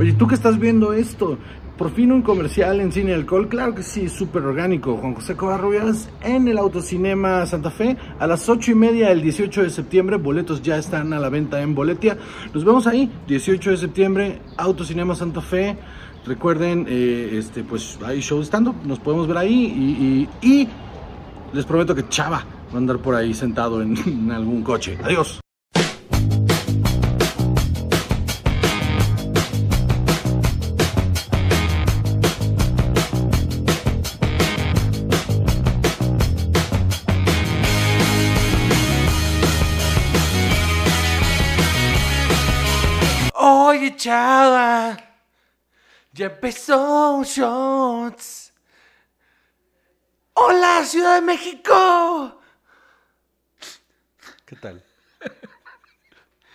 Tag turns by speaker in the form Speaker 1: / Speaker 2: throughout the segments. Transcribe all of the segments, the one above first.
Speaker 1: Oye, tú que estás viendo esto, por fin un comercial en cine alcohol, claro que sí, súper orgánico. Juan José Covarrubias en el Autocinema Santa Fe a las 8 y media del 18 de septiembre. Boletos ya están a la venta en Boletia. Nos vemos ahí, 18 de septiembre, Autocinema Santa Fe. Recuerden, eh, este, pues hay show estando, nos podemos ver ahí y, y- y les prometo que Chava va a andar por ahí sentado en- en algún coche. Adiós.
Speaker 2: Oye, chava, ya empezó un Shots. ¡Hola, Ciudad de México!
Speaker 1: ¿Qué tal?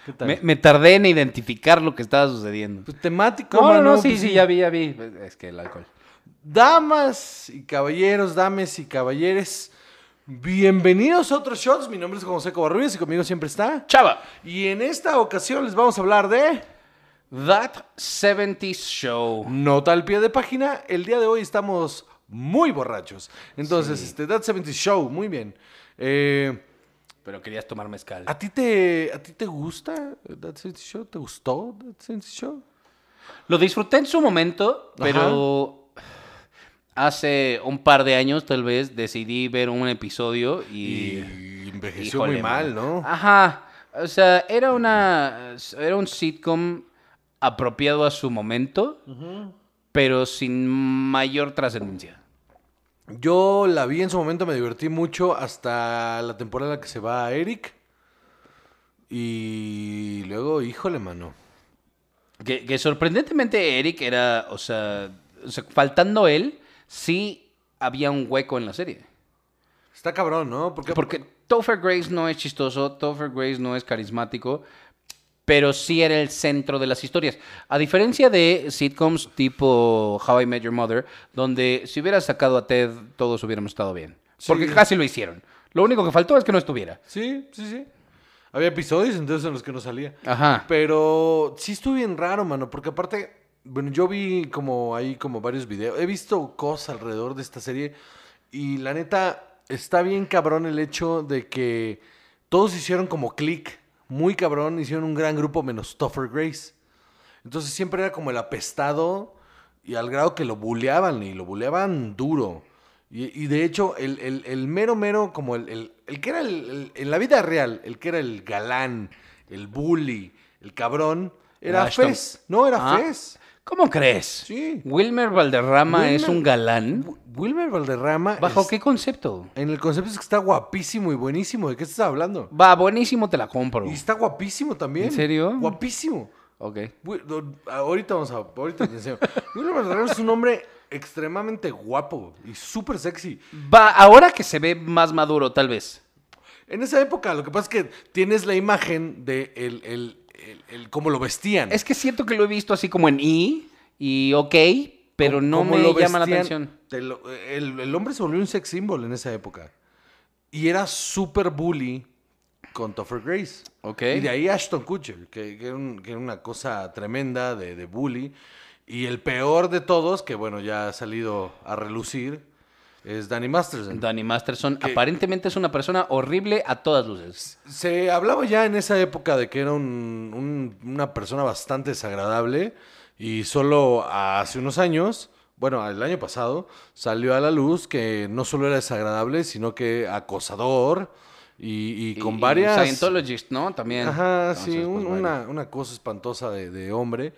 Speaker 1: ¿Qué tal?
Speaker 3: Me, me tardé en identificar lo que estaba sucediendo.
Speaker 2: Pues temático,
Speaker 3: No, no,
Speaker 2: mano,
Speaker 3: no, sí,
Speaker 2: pues
Speaker 3: sí, ya vi, ya vi. Es que el alcohol.
Speaker 2: Damas y caballeros, dames y caballeres, bienvenidos a otros Shots. Mi nombre es José Covarrubias y conmigo siempre está.
Speaker 3: Chava,
Speaker 2: Y en esta ocasión les vamos a hablar de...
Speaker 3: That 70s Show.
Speaker 2: Nota al pie de página, el día de hoy estamos muy borrachos. Entonces, este, That 70 Show, muy bien. Eh,
Speaker 3: Pero querías tomar mezcal.
Speaker 2: ¿a, ti te, ¿A ti te gusta That 70 Show? ¿Te gustó That 70 Show?
Speaker 3: Lo disfruté en su momento,
Speaker 2: Ajá.
Speaker 3: pero hace un par de años tal vez decidí ver un episodio y...
Speaker 2: envejeció
Speaker 3: Híjole,
Speaker 2: muy mal,
Speaker 3: mano.
Speaker 2: ¿no? Ah,
Speaker 3: Ajá. O sea, era una. Era un sitcom apropiado a su momento, pero sin mayor trascendencia.
Speaker 2: Yo la vi en su momento, me divertí mucho hasta la temporada en la que se va Eric. Y luego, híjole, mano.
Speaker 3: Que, que sorprendentemente Eric era. O sea, o sea, faltando él, sí había un hueco en la serie.
Speaker 2: Está cabrón, ¿no? Porque,
Speaker 3: Porque Topher Grace no es chistoso, Topher Grace no es carismático, pero sí era el centro de las historias. A diferencia de sitcoms tipo How I Met Your Mother, donde si hubieras sacado a Ted, todos hubiéramos estado bien. Porque
Speaker 2: Sí.
Speaker 3: casi lo hicieron. Lo único que faltó es que no estuviera.
Speaker 2: Sí, sí, sí. Había episodios entonces en los que no salía.
Speaker 3: Ajá.
Speaker 2: Pero sí estuvo bien raro, mano, porque aparte, bueno, yo vi como ahí como varios videos, he visto cosas alrededor de esta serie y la neta está bien cabrón el hecho de que todos hicieron como click, muy cabrón, hicieron un gran grupo menos Topher Grace. Entonces siempre era como el apestado y al grado que lo buleaban y lo buleaban duro. Y, y de hecho, el, el- el mero mero, como el, el- el que era el, el- en la vida real, el que era el galán, el bully, el cabrón, era
Speaker 3: Ashton.
Speaker 2: Fez. No, era
Speaker 3: Ah.
Speaker 2: Fez.
Speaker 3: ¿Cómo crees?
Speaker 2: Sí.
Speaker 3: Wilmer Valderrama es
Speaker 2: Wilmer-
Speaker 3: un galán.
Speaker 2: Wi- Wilmer Valderrama.
Speaker 3: ¿Bajo
Speaker 2: es-
Speaker 3: qué concepto?
Speaker 2: En el concepto es que está guapísimo y buenísimo. ¿De qué estás hablando?
Speaker 3: Va, buenísimo, te la compro.
Speaker 2: Y está guapísimo también.
Speaker 3: ¿En serio?
Speaker 2: Guapísimo.
Speaker 3: Ok.
Speaker 2: Güey, no, Ahorita vamos a. Ahorita te enseño. Wilmer Valderrama es un hombre extremadamente guapo y súper sexy.
Speaker 3: Va, ahora que se ve más maduro, tal vez.
Speaker 2: En esa época, lo que pasa es que tienes la imagen de el, el- el- el cómo lo vestían.
Speaker 3: Es que siento que lo he visto así como en I y OK, pero
Speaker 2: Cómo-
Speaker 3: no
Speaker 2: cómo
Speaker 3: me
Speaker 2: lo
Speaker 3: llama la
Speaker 2: vestían.
Speaker 3: atención.
Speaker 2: Te lo- el, el hombre se volvió un sex symbol en esa época. Y era súper bully con Topher Grace.
Speaker 3: Ok.
Speaker 2: Y de ahí Ashton Kutcher, que, que era, un- que era una cosa tremenda de, de bully. Y el peor de todos, que bueno, ya ha salido a relucir, es Danny Masterson.
Speaker 3: Danny Masterson
Speaker 2: Que-
Speaker 3: aparentemente es una persona horrible a todas luces.
Speaker 2: Se hablaba ya en esa época de que era un- un- una persona bastante desagradable y solo hace unos años, bueno, el año pasado, salió a la luz que no solo era desagradable, sino que acosador y, y con varias...
Speaker 3: Scientologist, ¿no? También.
Speaker 2: Ajá, sí,
Speaker 3: Entonces,
Speaker 2: un-
Speaker 3: pues, bueno.
Speaker 2: una, una cosa espantosa de, de hombre.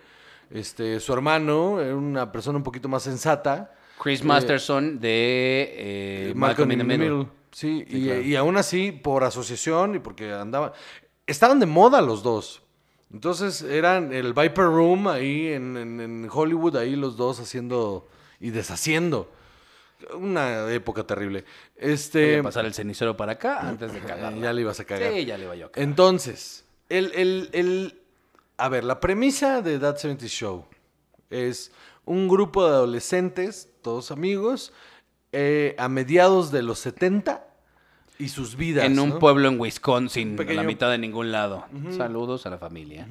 Speaker 2: Este, su hermano era una persona un poquito más sensata.
Speaker 3: Chris
Speaker 2: Eh,
Speaker 3: Masterson de eh,
Speaker 2: Malcolm in the Middle. Sí,
Speaker 3: Sí,
Speaker 2: y,
Speaker 3: claro.
Speaker 2: y aún así, por asociación y porque andaban. Estaban de moda los dos. Entonces eran el Viper Room ahí en, en- en Hollywood, ahí los dos haciendo y deshaciendo. Una época terrible.
Speaker 3: Voy
Speaker 2: Este.
Speaker 3: a pasar el cenicero para acá antes de cagarla.
Speaker 2: eh, Ya le ibas a cagar.
Speaker 3: Sí, ya le iba yo a cagar.
Speaker 2: Entonces, el, el- el- A ver, la premisa de That 70 Show es un grupo de adolescentes, todos amigos, eh, a mediados de los 70 y sus vidas.
Speaker 3: En un
Speaker 2: ¿no?
Speaker 3: pueblo en Wisconsin, a
Speaker 2: Pequeño-
Speaker 3: la mitad de ningún lado. Saludos a la familia.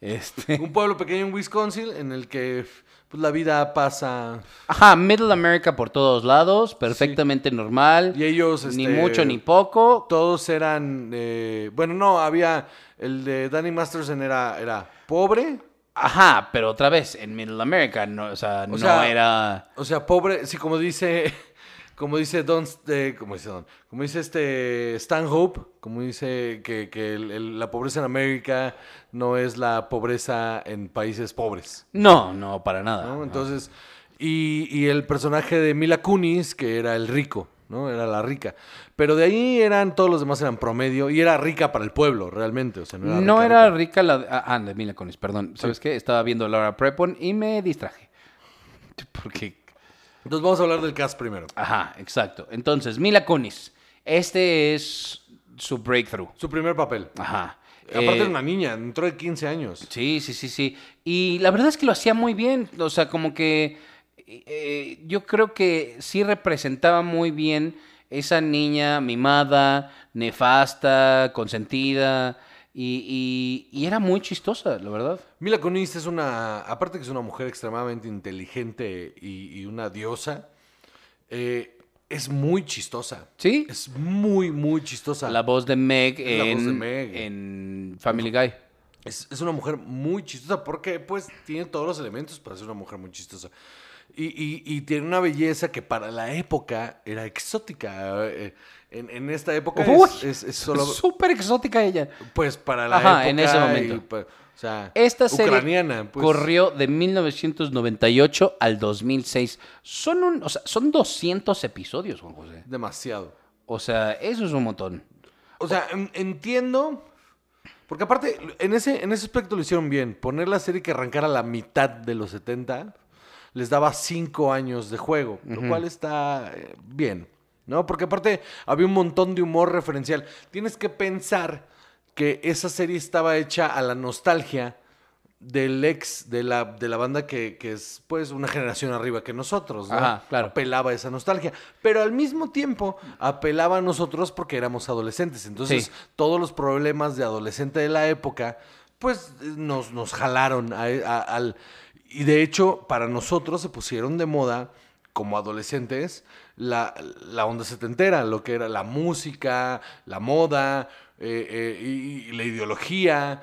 Speaker 3: Este.
Speaker 2: Un pueblo pequeño en Wisconsin en el que pues, la vida pasa
Speaker 3: Ajá, Middle America por todos lados, perfectamente normal.
Speaker 2: y ellos...
Speaker 3: ni
Speaker 2: este,
Speaker 3: mucho ni poco.
Speaker 2: Todos eran... eh, bueno, no, había... El de Danny Masterson era, era pobre.
Speaker 3: Ajá, pero otra vez, en Middle America, no, o sea, no
Speaker 2: sea,
Speaker 3: era.
Speaker 2: O sea, pobre, sí, como dice, como dice Don, eh, como dice Don, como dice este Stanhope, como dice que, que el- el- la pobreza en América no es la pobreza en países pobres,
Speaker 3: No, no, para nada.
Speaker 2: ¿no? Entonces, y, y el personaje de Mila Kunis, que era el rico, ¿no? Era la rica. Pero de ahí eran, todos los demás eran promedio y era rica para el pueblo, realmente. O sea, no era
Speaker 3: No
Speaker 2: rica,
Speaker 3: era
Speaker 2: rica.
Speaker 3: rica la... de- Ah, ah, de Mila Kunis, perdón. ¿Sabes qué? Estaba viendo Laura Prepon y me distraje. Porque...
Speaker 2: Entonces vamos a hablar del cast primero.
Speaker 3: Ajá, exacto. Entonces, Mila Kunis. Este es su breakthrough.
Speaker 2: Su primer papel.
Speaker 3: Ajá.
Speaker 2: Aparte
Speaker 3: Eh,
Speaker 2: era una niña, entró de 15 años.
Speaker 3: Sí, sí, sí, sí. Y la verdad es que lo hacía muy bien. O sea, como que eh, yo creo que sí representaba muy bien esa niña mimada, nefasta, consentida. Y, y- y era muy chistosa, la verdad.
Speaker 2: Mila Kunis es una, aparte que es una mujer extremadamente inteligente y, y una diosa, eh, es muy chistosa.
Speaker 3: Sí.
Speaker 2: Es muy, muy chistosa.
Speaker 3: La voz de Meg
Speaker 2: Es la
Speaker 3: en,
Speaker 2: voz de Meg.
Speaker 3: en Family Guy.
Speaker 2: Es, es una mujer muy chistosa porque pues tiene todos los elementos para ser una mujer muy chistosa. Y, y- y tiene una belleza que para la época era exótica. eh, En, en esta época es,
Speaker 3: Uy,
Speaker 2: es- es solo...
Speaker 3: Súper exótica ella.
Speaker 2: Pues para la
Speaker 3: Ajá,
Speaker 2: época...
Speaker 3: en ese
Speaker 2: y
Speaker 3: momento.
Speaker 2: pa- o sea,
Speaker 3: Esta serie
Speaker 2: ucraniana, pues.
Speaker 3: corrió de 1998 al 2006. Son, un, o sea, son 200 episodios, Juan José.
Speaker 2: Demasiado.
Speaker 3: O sea, eso es un montón.
Speaker 2: O sea, en- entiendo. Porque aparte, en ese, en ese aspecto lo hicieron bien. Poner la serie que arrancara a la mitad de los 70 les daba 5 años de juego, lo cual está eh, bien. ¿No? Porque aparte había un montón de humor referencial. Tienes que pensar que esa serie estaba hecha a la nostalgia del ex de la, de la banda que, que es pues una generación arriba que nosotros, ¿no?
Speaker 3: Ajá, claro.
Speaker 2: Apelaba a esa nostalgia, pero al mismo tiempo apelaba a nosotros porque éramos adolescentes, entonces
Speaker 3: Sí.
Speaker 2: todos los problemas de adolescente de la época pues eh, nos, nos jalaron a- a- al... Y de hecho para nosotros se pusieron de moda como adolescentes la, la onda setentera, lo que era la música, la moda eh, eh, y- y la ideología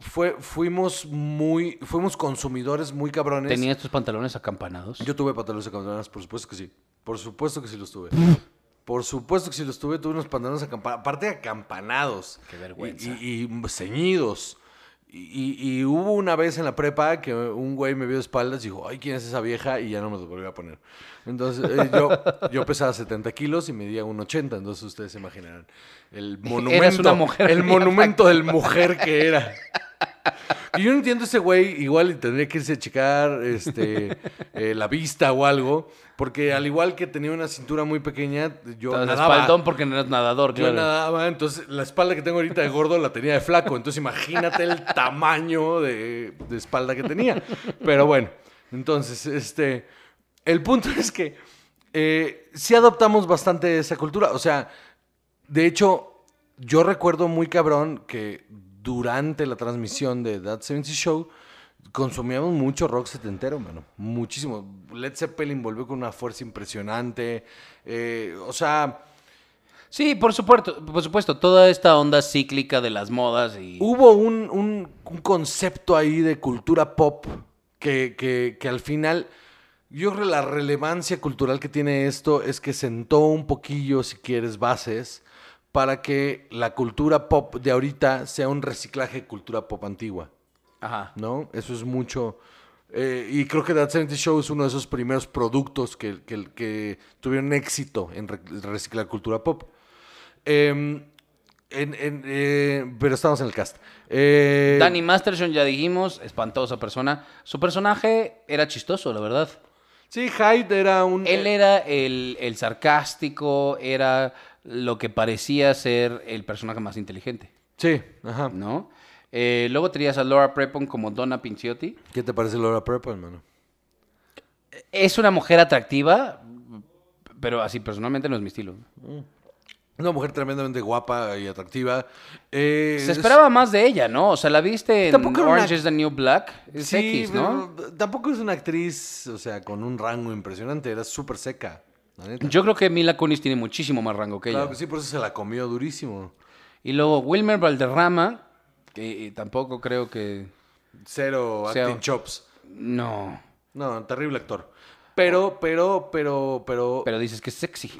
Speaker 2: fue, fuimos muy, fuimos consumidores muy cabrones.
Speaker 3: Tenía estos pantalones acampanados.
Speaker 2: Yo tuve pantalones acampanados, por supuesto que sí. Por supuesto que sí los tuve. Por supuesto que sí los tuve, tuve unos pantalones acampanados, aparte acampanados.
Speaker 3: Qué vergüenza.
Speaker 2: Y, y- y ceñidos. Y, y- y hubo una vez en la prepa que un güey me vio de espaldas y dijo, ay, ¿quién es esa vieja? Y ya no me los volví a poner. Entonces, eh, yo, yo pesaba 70 kilos y medía 1,80. Entonces, ustedes se imaginarán el monumento.
Speaker 3: una mujer
Speaker 2: El
Speaker 3: bien
Speaker 2: monumento del mujer que era. Y yo no entiendo ese güey, igual y tendría que irse a checar este, eh, la vista o algo, porque al igual que tenía una cintura muy pequeña, yo
Speaker 3: Estabas
Speaker 2: nadaba.
Speaker 3: espaldón porque no eras nadador,
Speaker 2: yo
Speaker 3: claro.
Speaker 2: nadaba, entonces la espalda que tengo ahorita de gordo la tenía de flaco, entonces imagínate el tamaño de, de espalda que tenía. Pero bueno, entonces, este, el punto es que eh, sí adoptamos bastante esa cultura, o sea, de hecho, yo recuerdo muy cabrón que durante la transmisión de That 70 Show consumíamos mucho rock setentero, mano. Muchísimo. Led Zeppelin volvió con una fuerza impresionante. eh, o sea,
Speaker 3: Sí, por supuesto, por supuesto, toda esta onda cíclica de las modas y
Speaker 2: hubo un, un- un concepto ahí de cultura pop que, que- que al final, yo creo que la relevancia cultural que tiene esto es que sentó un poquillo, si quieres, bases para que la cultura pop de ahorita sea un reciclaje de cultura pop antigua.
Speaker 3: ajá.
Speaker 2: ¿no? Eso es mucho. eh, y creo que That 70 Show es uno de esos primeros productos que, que- que tuvieron éxito en re- reciclar cultura pop. Em, en- en, eh, pero estamos en el cast. Eh,
Speaker 3: Danny Masterson ya dijimos, espantosa persona. Su personaje era chistoso, la verdad.
Speaker 2: Sí, Hyde era un. eh,
Speaker 3: Él era el, el sarcástico, era lo que parecía ser el personaje más inteligente,
Speaker 2: Sí, ajá.
Speaker 3: ¿no? Eh, luego tenías a Laura Prepon como Donna Pinciotti.
Speaker 2: ¿Qué te parece Laura Prepper, hermano?
Speaker 3: Es una mujer atractiva, pero así personalmente no es mi estilo.
Speaker 2: Una mujer tremendamente guapa y atractiva. Eh,
Speaker 3: Se esperaba más de ella, ¿no? O sea, la viste en
Speaker 2: Tampoco era una-
Speaker 3: Orange is the New Black. Es
Speaker 2: Sí,
Speaker 3: X, ¿no?
Speaker 2: pero tampoco es una actriz, o sea, con un rango impresionante. Era súper seca, la neta.
Speaker 3: Yo creo que Mila Kunis tiene muchísimo más rango que
Speaker 2: Claro
Speaker 3: ella.
Speaker 2: que sí, por eso se la comió durísimo.
Speaker 3: Y luego Wilmer Valderrama, que eh, tampoco creo que...
Speaker 2: Cero
Speaker 3: O sea,
Speaker 2: acting chops.
Speaker 3: No.
Speaker 2: No, terrible actor. Pero, pero, pero, pero,
Speaker 3: Oh. Pero dices que es sexy.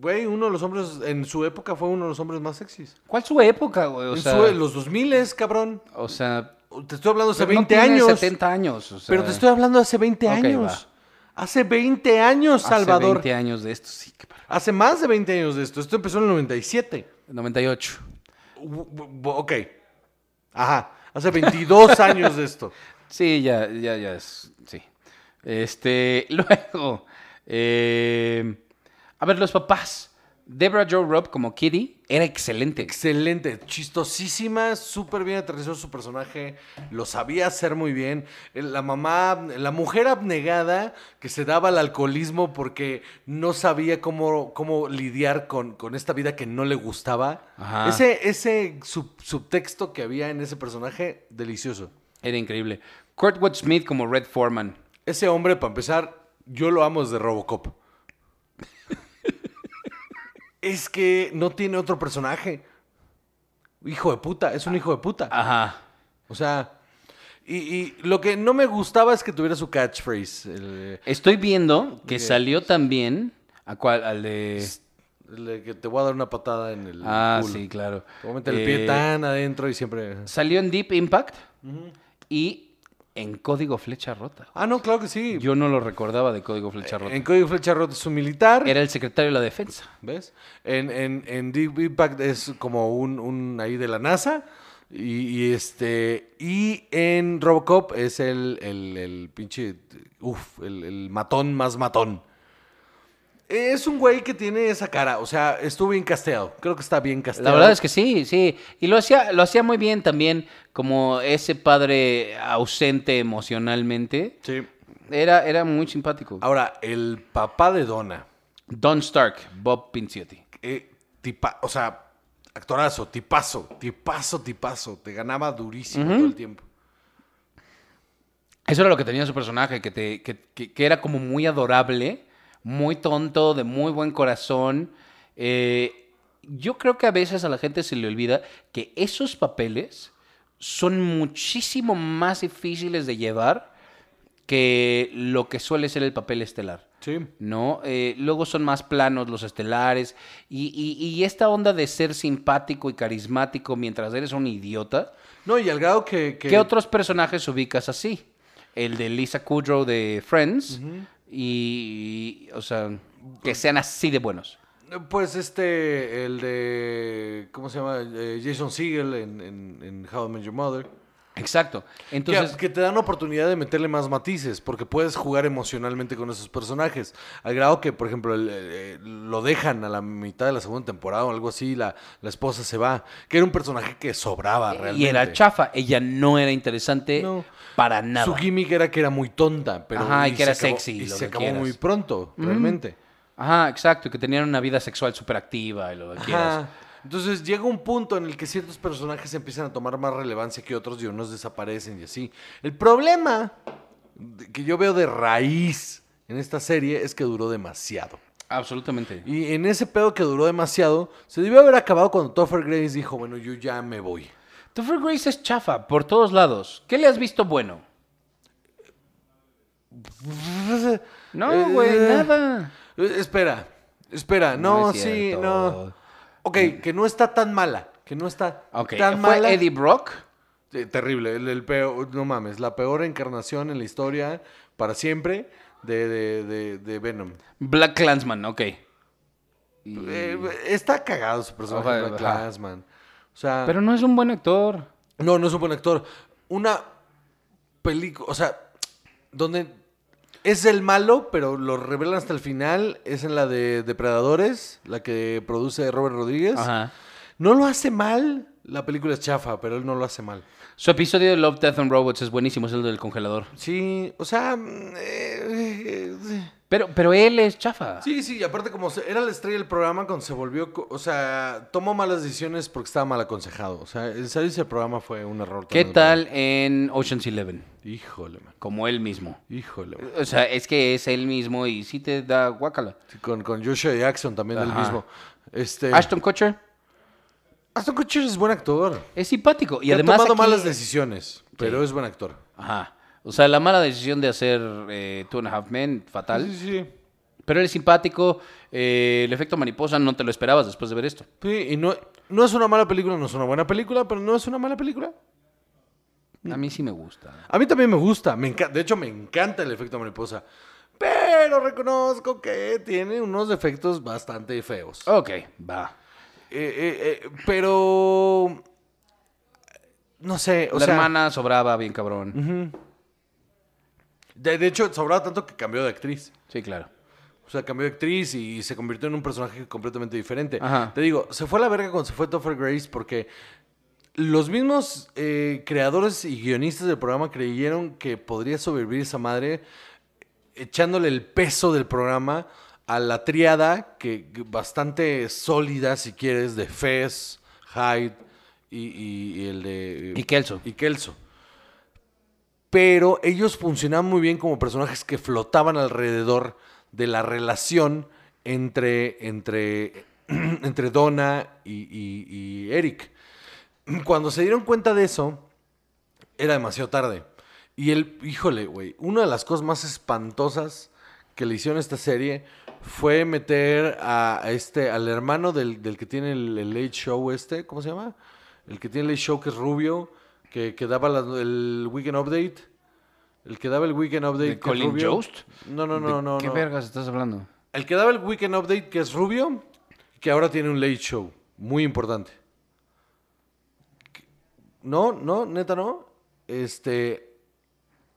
Speaker 2: güey, uno de los hombres, en su época fue uno de los hombres más sexys.
Speaker 3: ¿Cuál su época, güey? O
Speaker 2: en
Speaker 3: sea,
Speaker 2: su- en los 2000 es, cabrón.
Speaker 3: o sea
Speaker 2: Te estoy hablando hace
Speaker 3: pero no
Speaker 2: 20
Speaker 3: tiene
Speaker 2: años.
Speaker 3: 70 años. o sea,
Speaker 2: Pero te estoy hablando hace 20
Speaker 3: Ok,
Speaker 2: años. Hace 20 años, Salvador.
Speaker 3: Hace 20 años de esto, sí. qué par-
Speaker 2: Hace más de 20 años de esto. Esto empezó en el 97.
Speaker 3: 98.
Speaker 2: Bu- bu- Ok. Ajá. Hace 22 años de esto.
Speaker 3: Sí, ya, ya, ya es. Sí. Este, luego. eh, a ver, los papás. Deborah Joe Robb como Kitty era excelente.
Speaker 2: Excelente, chistosísima, súper bien aterrizó su personaje, lo sabía hacer muy bien. Eh, La mamá, la mujer abnegada que se daba al alcoholismo porque no sabía cómo, cómo lidiar con, con esta vida que no le gustaba.
Speaker 3: Ajá.
Speaker 2: Ese, ese sub- subtexto que había en ese personaje, delicioso.
Speaker 3: Era increíble. Kurtwood Smith como Red Foreman.
Speaker 2: Ese hombre, para empezar, yo lo amo desde Robocop. es que no tiene otro personaje. Hijo de puta, es un hijo de puta.
Speaker 3: Ajá.
Speaker 2: O sea, y, y lo que no me gustaba es que tuviera su catchphrase. El,
Speaker 3: Estoy viendo que
Speaker 2: Ok.
Speaker 3: salió también. ¿A cuál? Al de.
Speaker 2: el de que te voy a dar una patada en el
Speaker 3: Ah,
Speaker 2: culo.
Speaker 3: sí, claro.
Speaker 2: Te voy a meter el
Speaker 3: Eh,
Speaker 2: pie tan adentro y siempre...
Speaker 3: Salió en Deep Impact y en Código Flecha Rota.
Speaker 2: Ah, no, claro que sí. Eh,
Speaker 3: Yo no lo recordaba de Código Flecha Rota.
Speaker 2: en Código Flecha Rota es un militar,
Speaker 3: Era el secretario de la defensa.
Speaker 2: ¿ves? En, en, en Deep Impact es como un, un ahí de la NASA. Y, y este y en Robocop es el, el, el pinche uf, el, el matón más matón. Es un güey que tiene esa cara, o sea, estuvo bien casteado. Creo que está bien casteado.
Speaker 3: La verdad es que sí, sí. Y lo hacía, lo hacía muy bien también, como ese padre ausente emocionalmente.
Speaker 2: Sí.
Speaker 3: Era, era muy simpático.
Speaker 2: Ahora, el papá de Donna,
Speaker 3: Don Stark, Bob Pinciotti.
Speaker 2: eh, tipa, o sea, actorazo, tipazo, tipazo, tipazo. Te ganaba durísimo todo el tiempo.
Speaker 3: Eso era lo que tenía su personaje, que, te, que, que- que era como muy adorable, muy tonto, de muy buen corazón. Eh, yo creo que a veces a la gente se le olvida que esos papeles son muchísimo más difíciles de llevar que lo que suele ser el papel estelar.
Speaker 2: Sí.
Speaker 3: ¿no? Eh, luego son más planos los estelares y, y- y esta onda de ser simpático y carismático mientras eres un idiota.
Speaker 2: No, y al grado que. que-
Speaker 3: ¿Qué, otros personajes ubicas así? El de Lisa Kudrow de Friends y, y, o sea, que sean así de buenos.
Speaker 2: Pues este, el de. ¿Cómo se llama? Eh, Jason Segel en, en- en How I Met Your Mother.
Speaker 3: Exacto.
Speaker 2: Que-
Speaker 3: Entonces,
Speaker 2: que te dan oportunidad de meterle más matices, porque puedes jugar emocionalmente con esos personajes. Al grado que, por ejemplo, el- el- lo dejan a la mitad de la segunda temporada o algo así, la, la esposa se va, que era un personaje que sobraba realmente.
Speaker 3: y era chafa. Ella no era interesante
Speaker 2: No.
Speaker 3: para nada.
Speaker 2: Su gimmick era que era muy tonta, pero.
Speaker 3: Ajá, y que era
Speaker 2: se acabó-
Speaker 3: sexy,
Speaker 2: Y
Speaker 3: lo
Speaker 2: se
Speaker 3: que
Speaker 2: acabó
Speaker 3: quieras.
Speaker 2: muy pronto, realmente.
Speaker 3: Ajá, exacto. Que tenían una vida sexual súper activa y lo que quieras.
Speaker 2: Ajá. Entonces llega un punto en el que ciertos personajes empiezan a tomar más relevancia que otros y unos desaparecen y así. El problema de- que yo veo de raíz en esta serie es que duró demasiado.
Speaker 3: Absolutamente.
Speaker 2: Y en ese pedo que duró demasiado, se debió haber acabado cuando Topher Grace dijo, bueno, yo ya me voy.
Speaker 3: Topher Grace es chafa por todos lados. ¿Qué le has visto bueno? No,
Speaker 2: Eh,
Speaker 3: güey, nada.
Speaker 2: eh, Espera, espera, no,
Speaker 3: es
Speaker 2: sí,
Speaker 3: cierto.
Speaker 2: no. Ok, que no está tan mala, que no está
Speaker 3: Ok,
Speaker 2: tan
Speaker 3: fue
Speaker 2: mala.
Speaker 3: Eddie Brock.
Speaker 2: Eh, terrible, el, el peor, no mames, la peor encarnación en la historia para siempre de, de- de- de Venom.
Speaker 3: Black Clansman, ok.
Speaker 2: Eh, está cagado su personaje,
Speaker 3: Ojalá,
Speaker 2: Black
Speaker 3: ajá.
Speaker 2: Klansman. O sea,
Speaker 3: Pero no es un buen actor.
Speaker 2: no, no es un buen actor. Una película, o sea, donde es el malo, pero lo revelan hasta el final, es en la de Depredadores, la que produce Robert Rodríguez.
Speaker 3: Ajá.
Speaker 2: No lo hace mal, la película es chafa, pero él no lo hace mal.
Speaker 3: Su episodio de Love, Death and Robots es buenísimo, es el del congelador.
Speaker 2: Sí, o sea, mm, eh, eh, eh,
Speaker 3: Pero, pero él es chafa.
Speaker 2: Sí, sí, y aparte como se- era la estrella del programa cuando se volvió, co- o sea, tomó malas decisiones porque estaba mal aconsejado. O sea, el salirse del programa fue un error.
Speaker 3: ¿Qué
Speaker 2: también.
Speaker 3: tal en Ocean's Eleven?
Speaker 2: Híjole, man.
Speaker 3: Como él mismo.
Speaker 2: Híjole, man.
Speaker 3: O sea, es que es él mismo y sí te da guacala.
Speaker 2: Sí, Con, con Joshua Jackson también del
Speaker 3: Ajá. Ah,
Speaker 2: mismo. Este, Ashton,
Speaker 3: Ashton Kutcher
Speaker 2: Kutcher es buen actor.
Speaker 3: es simpático. Y
Speaker 2: Ha
Speaker 3: además.
Speaker 2: tomado
Speaker 3: aquí-
Speaker 2: malas decisiones, pero es buen actor.
Speaker 3: Ajá. O sea, la mala decisión de hacer eh, Two and a Half Men, fatal.
Speaker 2: Sí, sí, sí.
Speaker 3: Pero él es simpático. eh, el efecto mariposa no te lo esperabas después de ver esto.
Speaker 2: Sí, y no, no es una mala película, no es una buena película, pero no es una mala película. Mm.
Speaker 3: A mí sí me gusta.
Speaker 2: A mí también me gusta, me enca- de hecho me encanta el efecto mariposa, pero reconozco que tiene unos defectos bastante feos.
Speaker 3: Ok, va.
Speaker 2: Eh, eh, eh, pero... No sé, o
Speaker 3: la
Speaker 2: sea...
Speaker 3: hermana sobraba bien cabrón.
Speaker 2: De, de hecho, sobraba tanto que cambió de actriz.
Speaker 3: Sí, claro.
Speaker 2: O sea, cambió de actriz y se convirtió en un personaje completamente diferente.
Speaker 3: Ajá.
Speaker 2: Te digo, se fue a la verga cuando se fue Topher Grace porque los mismos eh, creadores y guionistas del programa creyeron que podría sobrevivir esa madre echándole el peso del programa a la triada que que bastante sólida, si quieres, de Fez, Hyde y, y- y el de...
Speaker 3: Y Kelso.
Speaker 2: Y Kelso. Pero ellos funcionaban muy bien como personajes que flotaban alrededor de la relación entre, entre, entre Donna y, y- y Eric. Cuando se dieron cuenta de eso, era demasiado tarde. Y el, híjole, güey, una de las cosas más espantosas que le hicieron a esta serie fue meter a, a este, al hermano del, del que tiene el, el late show este, ¿cómo se llama? El que tiene el late show que es rubio, que, que daba las- el weekend update. El que daba el weekend update.
Speaker 3: ¿De
Speaker 2: que es
Speaker 3: Colin
Speaker 2: rubio.
Speaker 3: Jost?
Speaker 2: No, no, no,
Speaker 3: ¿De
Speaker 2: no.
Speaker 3: ¿Qué
Speaker 2: no.
Speaker 3: vergas estás hablando?
Speaker 2: El que daba el Weekend Update, que es rubio, que ahora tiene un late show. Muy importante. No, no, neta no. Este.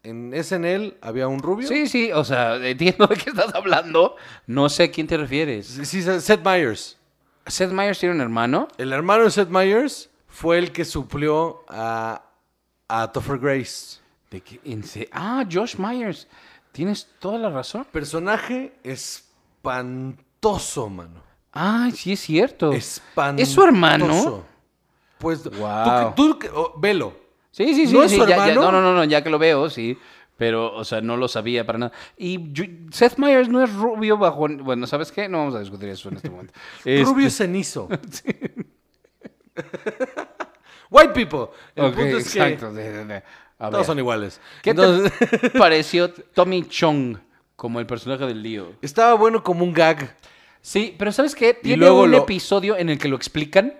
Speaker 2: En SNL había un rubio.
Speaker 3: Sí, sí, o sea, entiendo de qué estás hablando. No sé a quién te refieres.
Speaker 2: Sí, sí, Seth Meyers.
Speaker 3: ¿Seth Meyers tiene un hermano?
Speaker 2: El hermano de Seth Meyers fue el que suplió a, a Topher Grace.
Speaker 3: ¿De qué? ¿En se- Ah, Josh Myers. Tienes toda la razón.
Speaker 2: Personaje espantoso, mano.
Speaker 3: Ah, sí es cierto.
Speaker 2: Espantoso.
Speaker 3: ¿Es su hermano?
Speaker 2: Pues, tú
Speaker 3: Wow.
Speaker 2: que- tú, que- oh, velo.
Speaker 3: Sí, sí, sí.
Speaker 2: ¿No es
Speaker 3: sí,
Speaker 2: su
Speaker 3: ya- ya-
Speaker 2: hermano?
Speaker 3: no, no, no, no, ya que lo veo, sí. Pero, o sea, no lo sabía para nada. Y yo- Seth Meyers no es rubio bajo... Bueno, ¿sabes qué? No vamos a discutir eso en este momento. Este,
Speaker 2: Rubio cenizo. White people. El
Speaker 3: Este, ok,
Speaker 2: punto es que
Speaker 3: exacto. de- de- de. A ver.
Speaker 2: todos son iguales.
Speaker 3: ¿Qué
Speaker 2: Entonces,
Speaker 3: te pareció Tommy Chong como el personaje del lío?
Speaker 2: estaba bueno como un gag.
Speaker 3: Sí, pero ¿sabes qué? Tiene
Speaker 2: luego
Speaker 3: un
Speaker 2: lo-
Speaker 3: episodio en el que lo explican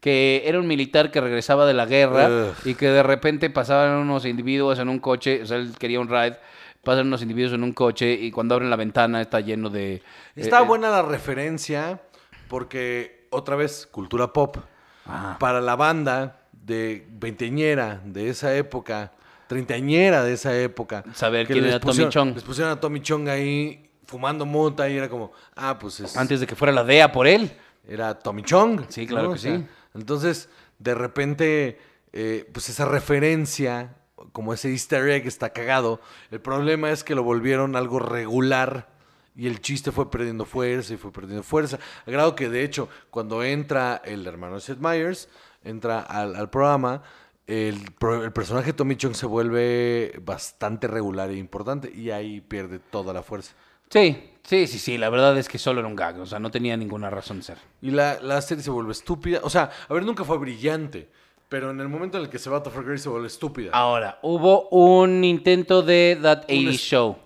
Speaker 3: que era un militar que regresaba de la guerra
Speaker 2: Ugh.
Speaker 3: y que de repente pasaban unos individuos en un coche, o sea, él quería un ride, pasan unos individuos en un coche y cuando abren la ventana está lleno de...
Speaker 2: Estaba
Speaker 3: eh, eh,
Speaker 2: buena la referencia porque, otra vez, cultura pop.
Speaker 3: Ajá.
Speaker 2: Para la banda de veinteñera de esa época, treintañera de esa época.
Speaker 3: Saber
Speaker 2: que
Speaker 3: quién
Speaker 2: les
Speaker 3: era Tommy
Speaker 2: pusieron-
Speaker 3: Chong.
Speaker 2: Les pusieron a Tommy Chong ahí fumando mota y era como, ah, pues es,
Speaker 3: Antes de que fuera la DEA por él.
Speaker 2: era Tommy Chong.
Speaker 3: Sí, claro que sí.
Speaker 2: Entonces, de repente, eh, pues esa referencia, como ese easter egg está cagado. El problema es que lo volvieron algo regular y el chiste fue perdiendo fuerza y fue perdiendo fuerza. Al grado que, de hecho, cuando entra el hermano de Seth Meyers, entra al, al programa... El, pro- el personaje de Tommy Chong se vuelve bastante regular e importante y ahí pierde toda la fuerza.
Speaker 3: Sí, sí, sí, sí, la verdad es que solo era un gag, o sea, no tenía ninguna razón de ser.
Speaker 2: Y la, la serie se vuelve estúpida. O sea, a ver, nunca fue brillante. Pero en el momento en el que se va a Topher Grace se vuelve estúpida.
Speaker 3: Ahora, hubo un intento de That 80
Speaker 2: es-
Speaker 3: Show.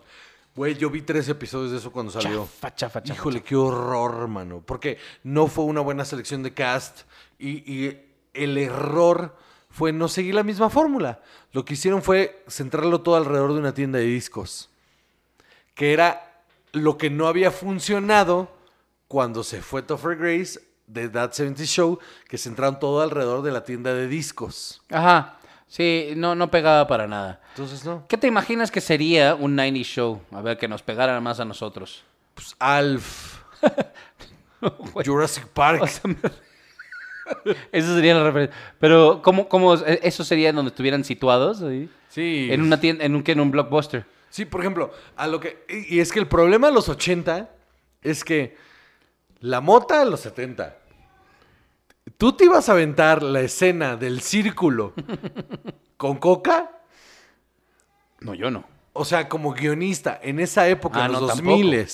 Speaker 2: Güey, yo vi tres episodios de eso cuando salió.
Speaker 3: Chafa, chafa, chafa,
Speaker 2: Híjole, qué horror, mano. Porque no fue una buena selección de cast. Y, y el error fue no seguir la misma fórmula. Lo que hicieron fue centrarlo todo alrededor de una tienda de discos. Que era lo que no había funcionado cuando se fue Topher Grace de That 70 Show, que centraron todo alrededor de la tienda de discos.
Speaker 3: Ajá, sí, no, no pegaba para nada.
Speaker 2: Entonces, no.
Speaker 3: ¿Qué te imaginas que sería un 90 show? A ver, que nos pegara más a nosotros.
Speaker 2: Pues, Alf. Jurassic Park.
Speaker 3: Esa sería la referencia. Pero, ¿cómo, cómo eh, eso sería donde estuvieran situados? ahí?
Speaker 2: sí.
Speaker 3: En una tienda, en un, ¿qué? en un blockbuster.
Speaker 2: Sí, por ejemplo, a lo que. Y y es que el problema de los 80 es que la mota de los 70. Tú te ibas a aventar la escena del círculo con coca,
Speaker 3: No, yo no.
Speaker 2: o sea, como guionista en esa época,
Speaker 3: Ah,
Speaker 2: en los
Speaker 3: no,
Speaker 2: 2000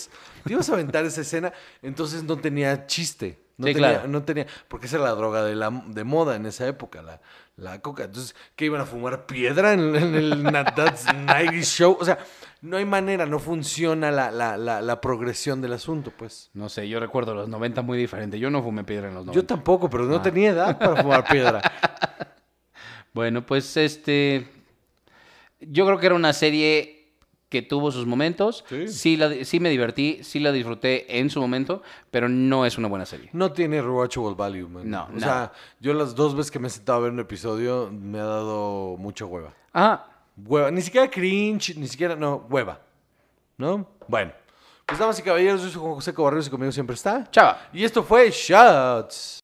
Speaker 2: Te ibas a aventar esa escena, entonces no tenía chiste. No
Speaker 3: Sí,
Speaker 2: tenía,
Speaker 3: claro.
Speaker 2: no tenía, porque esa era la droga de, la, de moda en esa época, la, la coca. Entonces, ¿qué iban a fumar piedra en, en el Na- That's 90 Show? O sea, no hay manera, no funciona la, la- la- la progresión del asunto, pues.
Speaker 3: No sé, yo recuerdo los 90 muy diferente. Yo no fumé piedra en los 90.
Speaker 2: Yo tampoco, pero no
Speaker 3: Ah.
Speaker 2: tenía edad para fumar piedra.
Speaker 3: Bueno, pues este. Yo creo que era una serie que tuvo sus momentos.
Speaker 2: Sí.
Speaker 3: Sí. la, sí me divertí, sí la disfruté en su momento, pero no es una buena serie.
Speaker 2: No tiene rewatchable value, man.
Speaker 3: No,
Speaker 2: O
Speaker 3: no.
Speaker 2: sea, yo las dos veces que me he sentado a ver un episodio me ha dado mucha hueva.
Speaker 3: Ah,
Speaker 2: Hueva. Ni siquiera cringe, ni siquiera, no, hueva. ¿No? Bueno. Pues damas y caballeros, yo soy Juan José Cobarrios y conmigo siempre está.
Speaker 3: chava.
Speaker 2: Y esto fue Shots.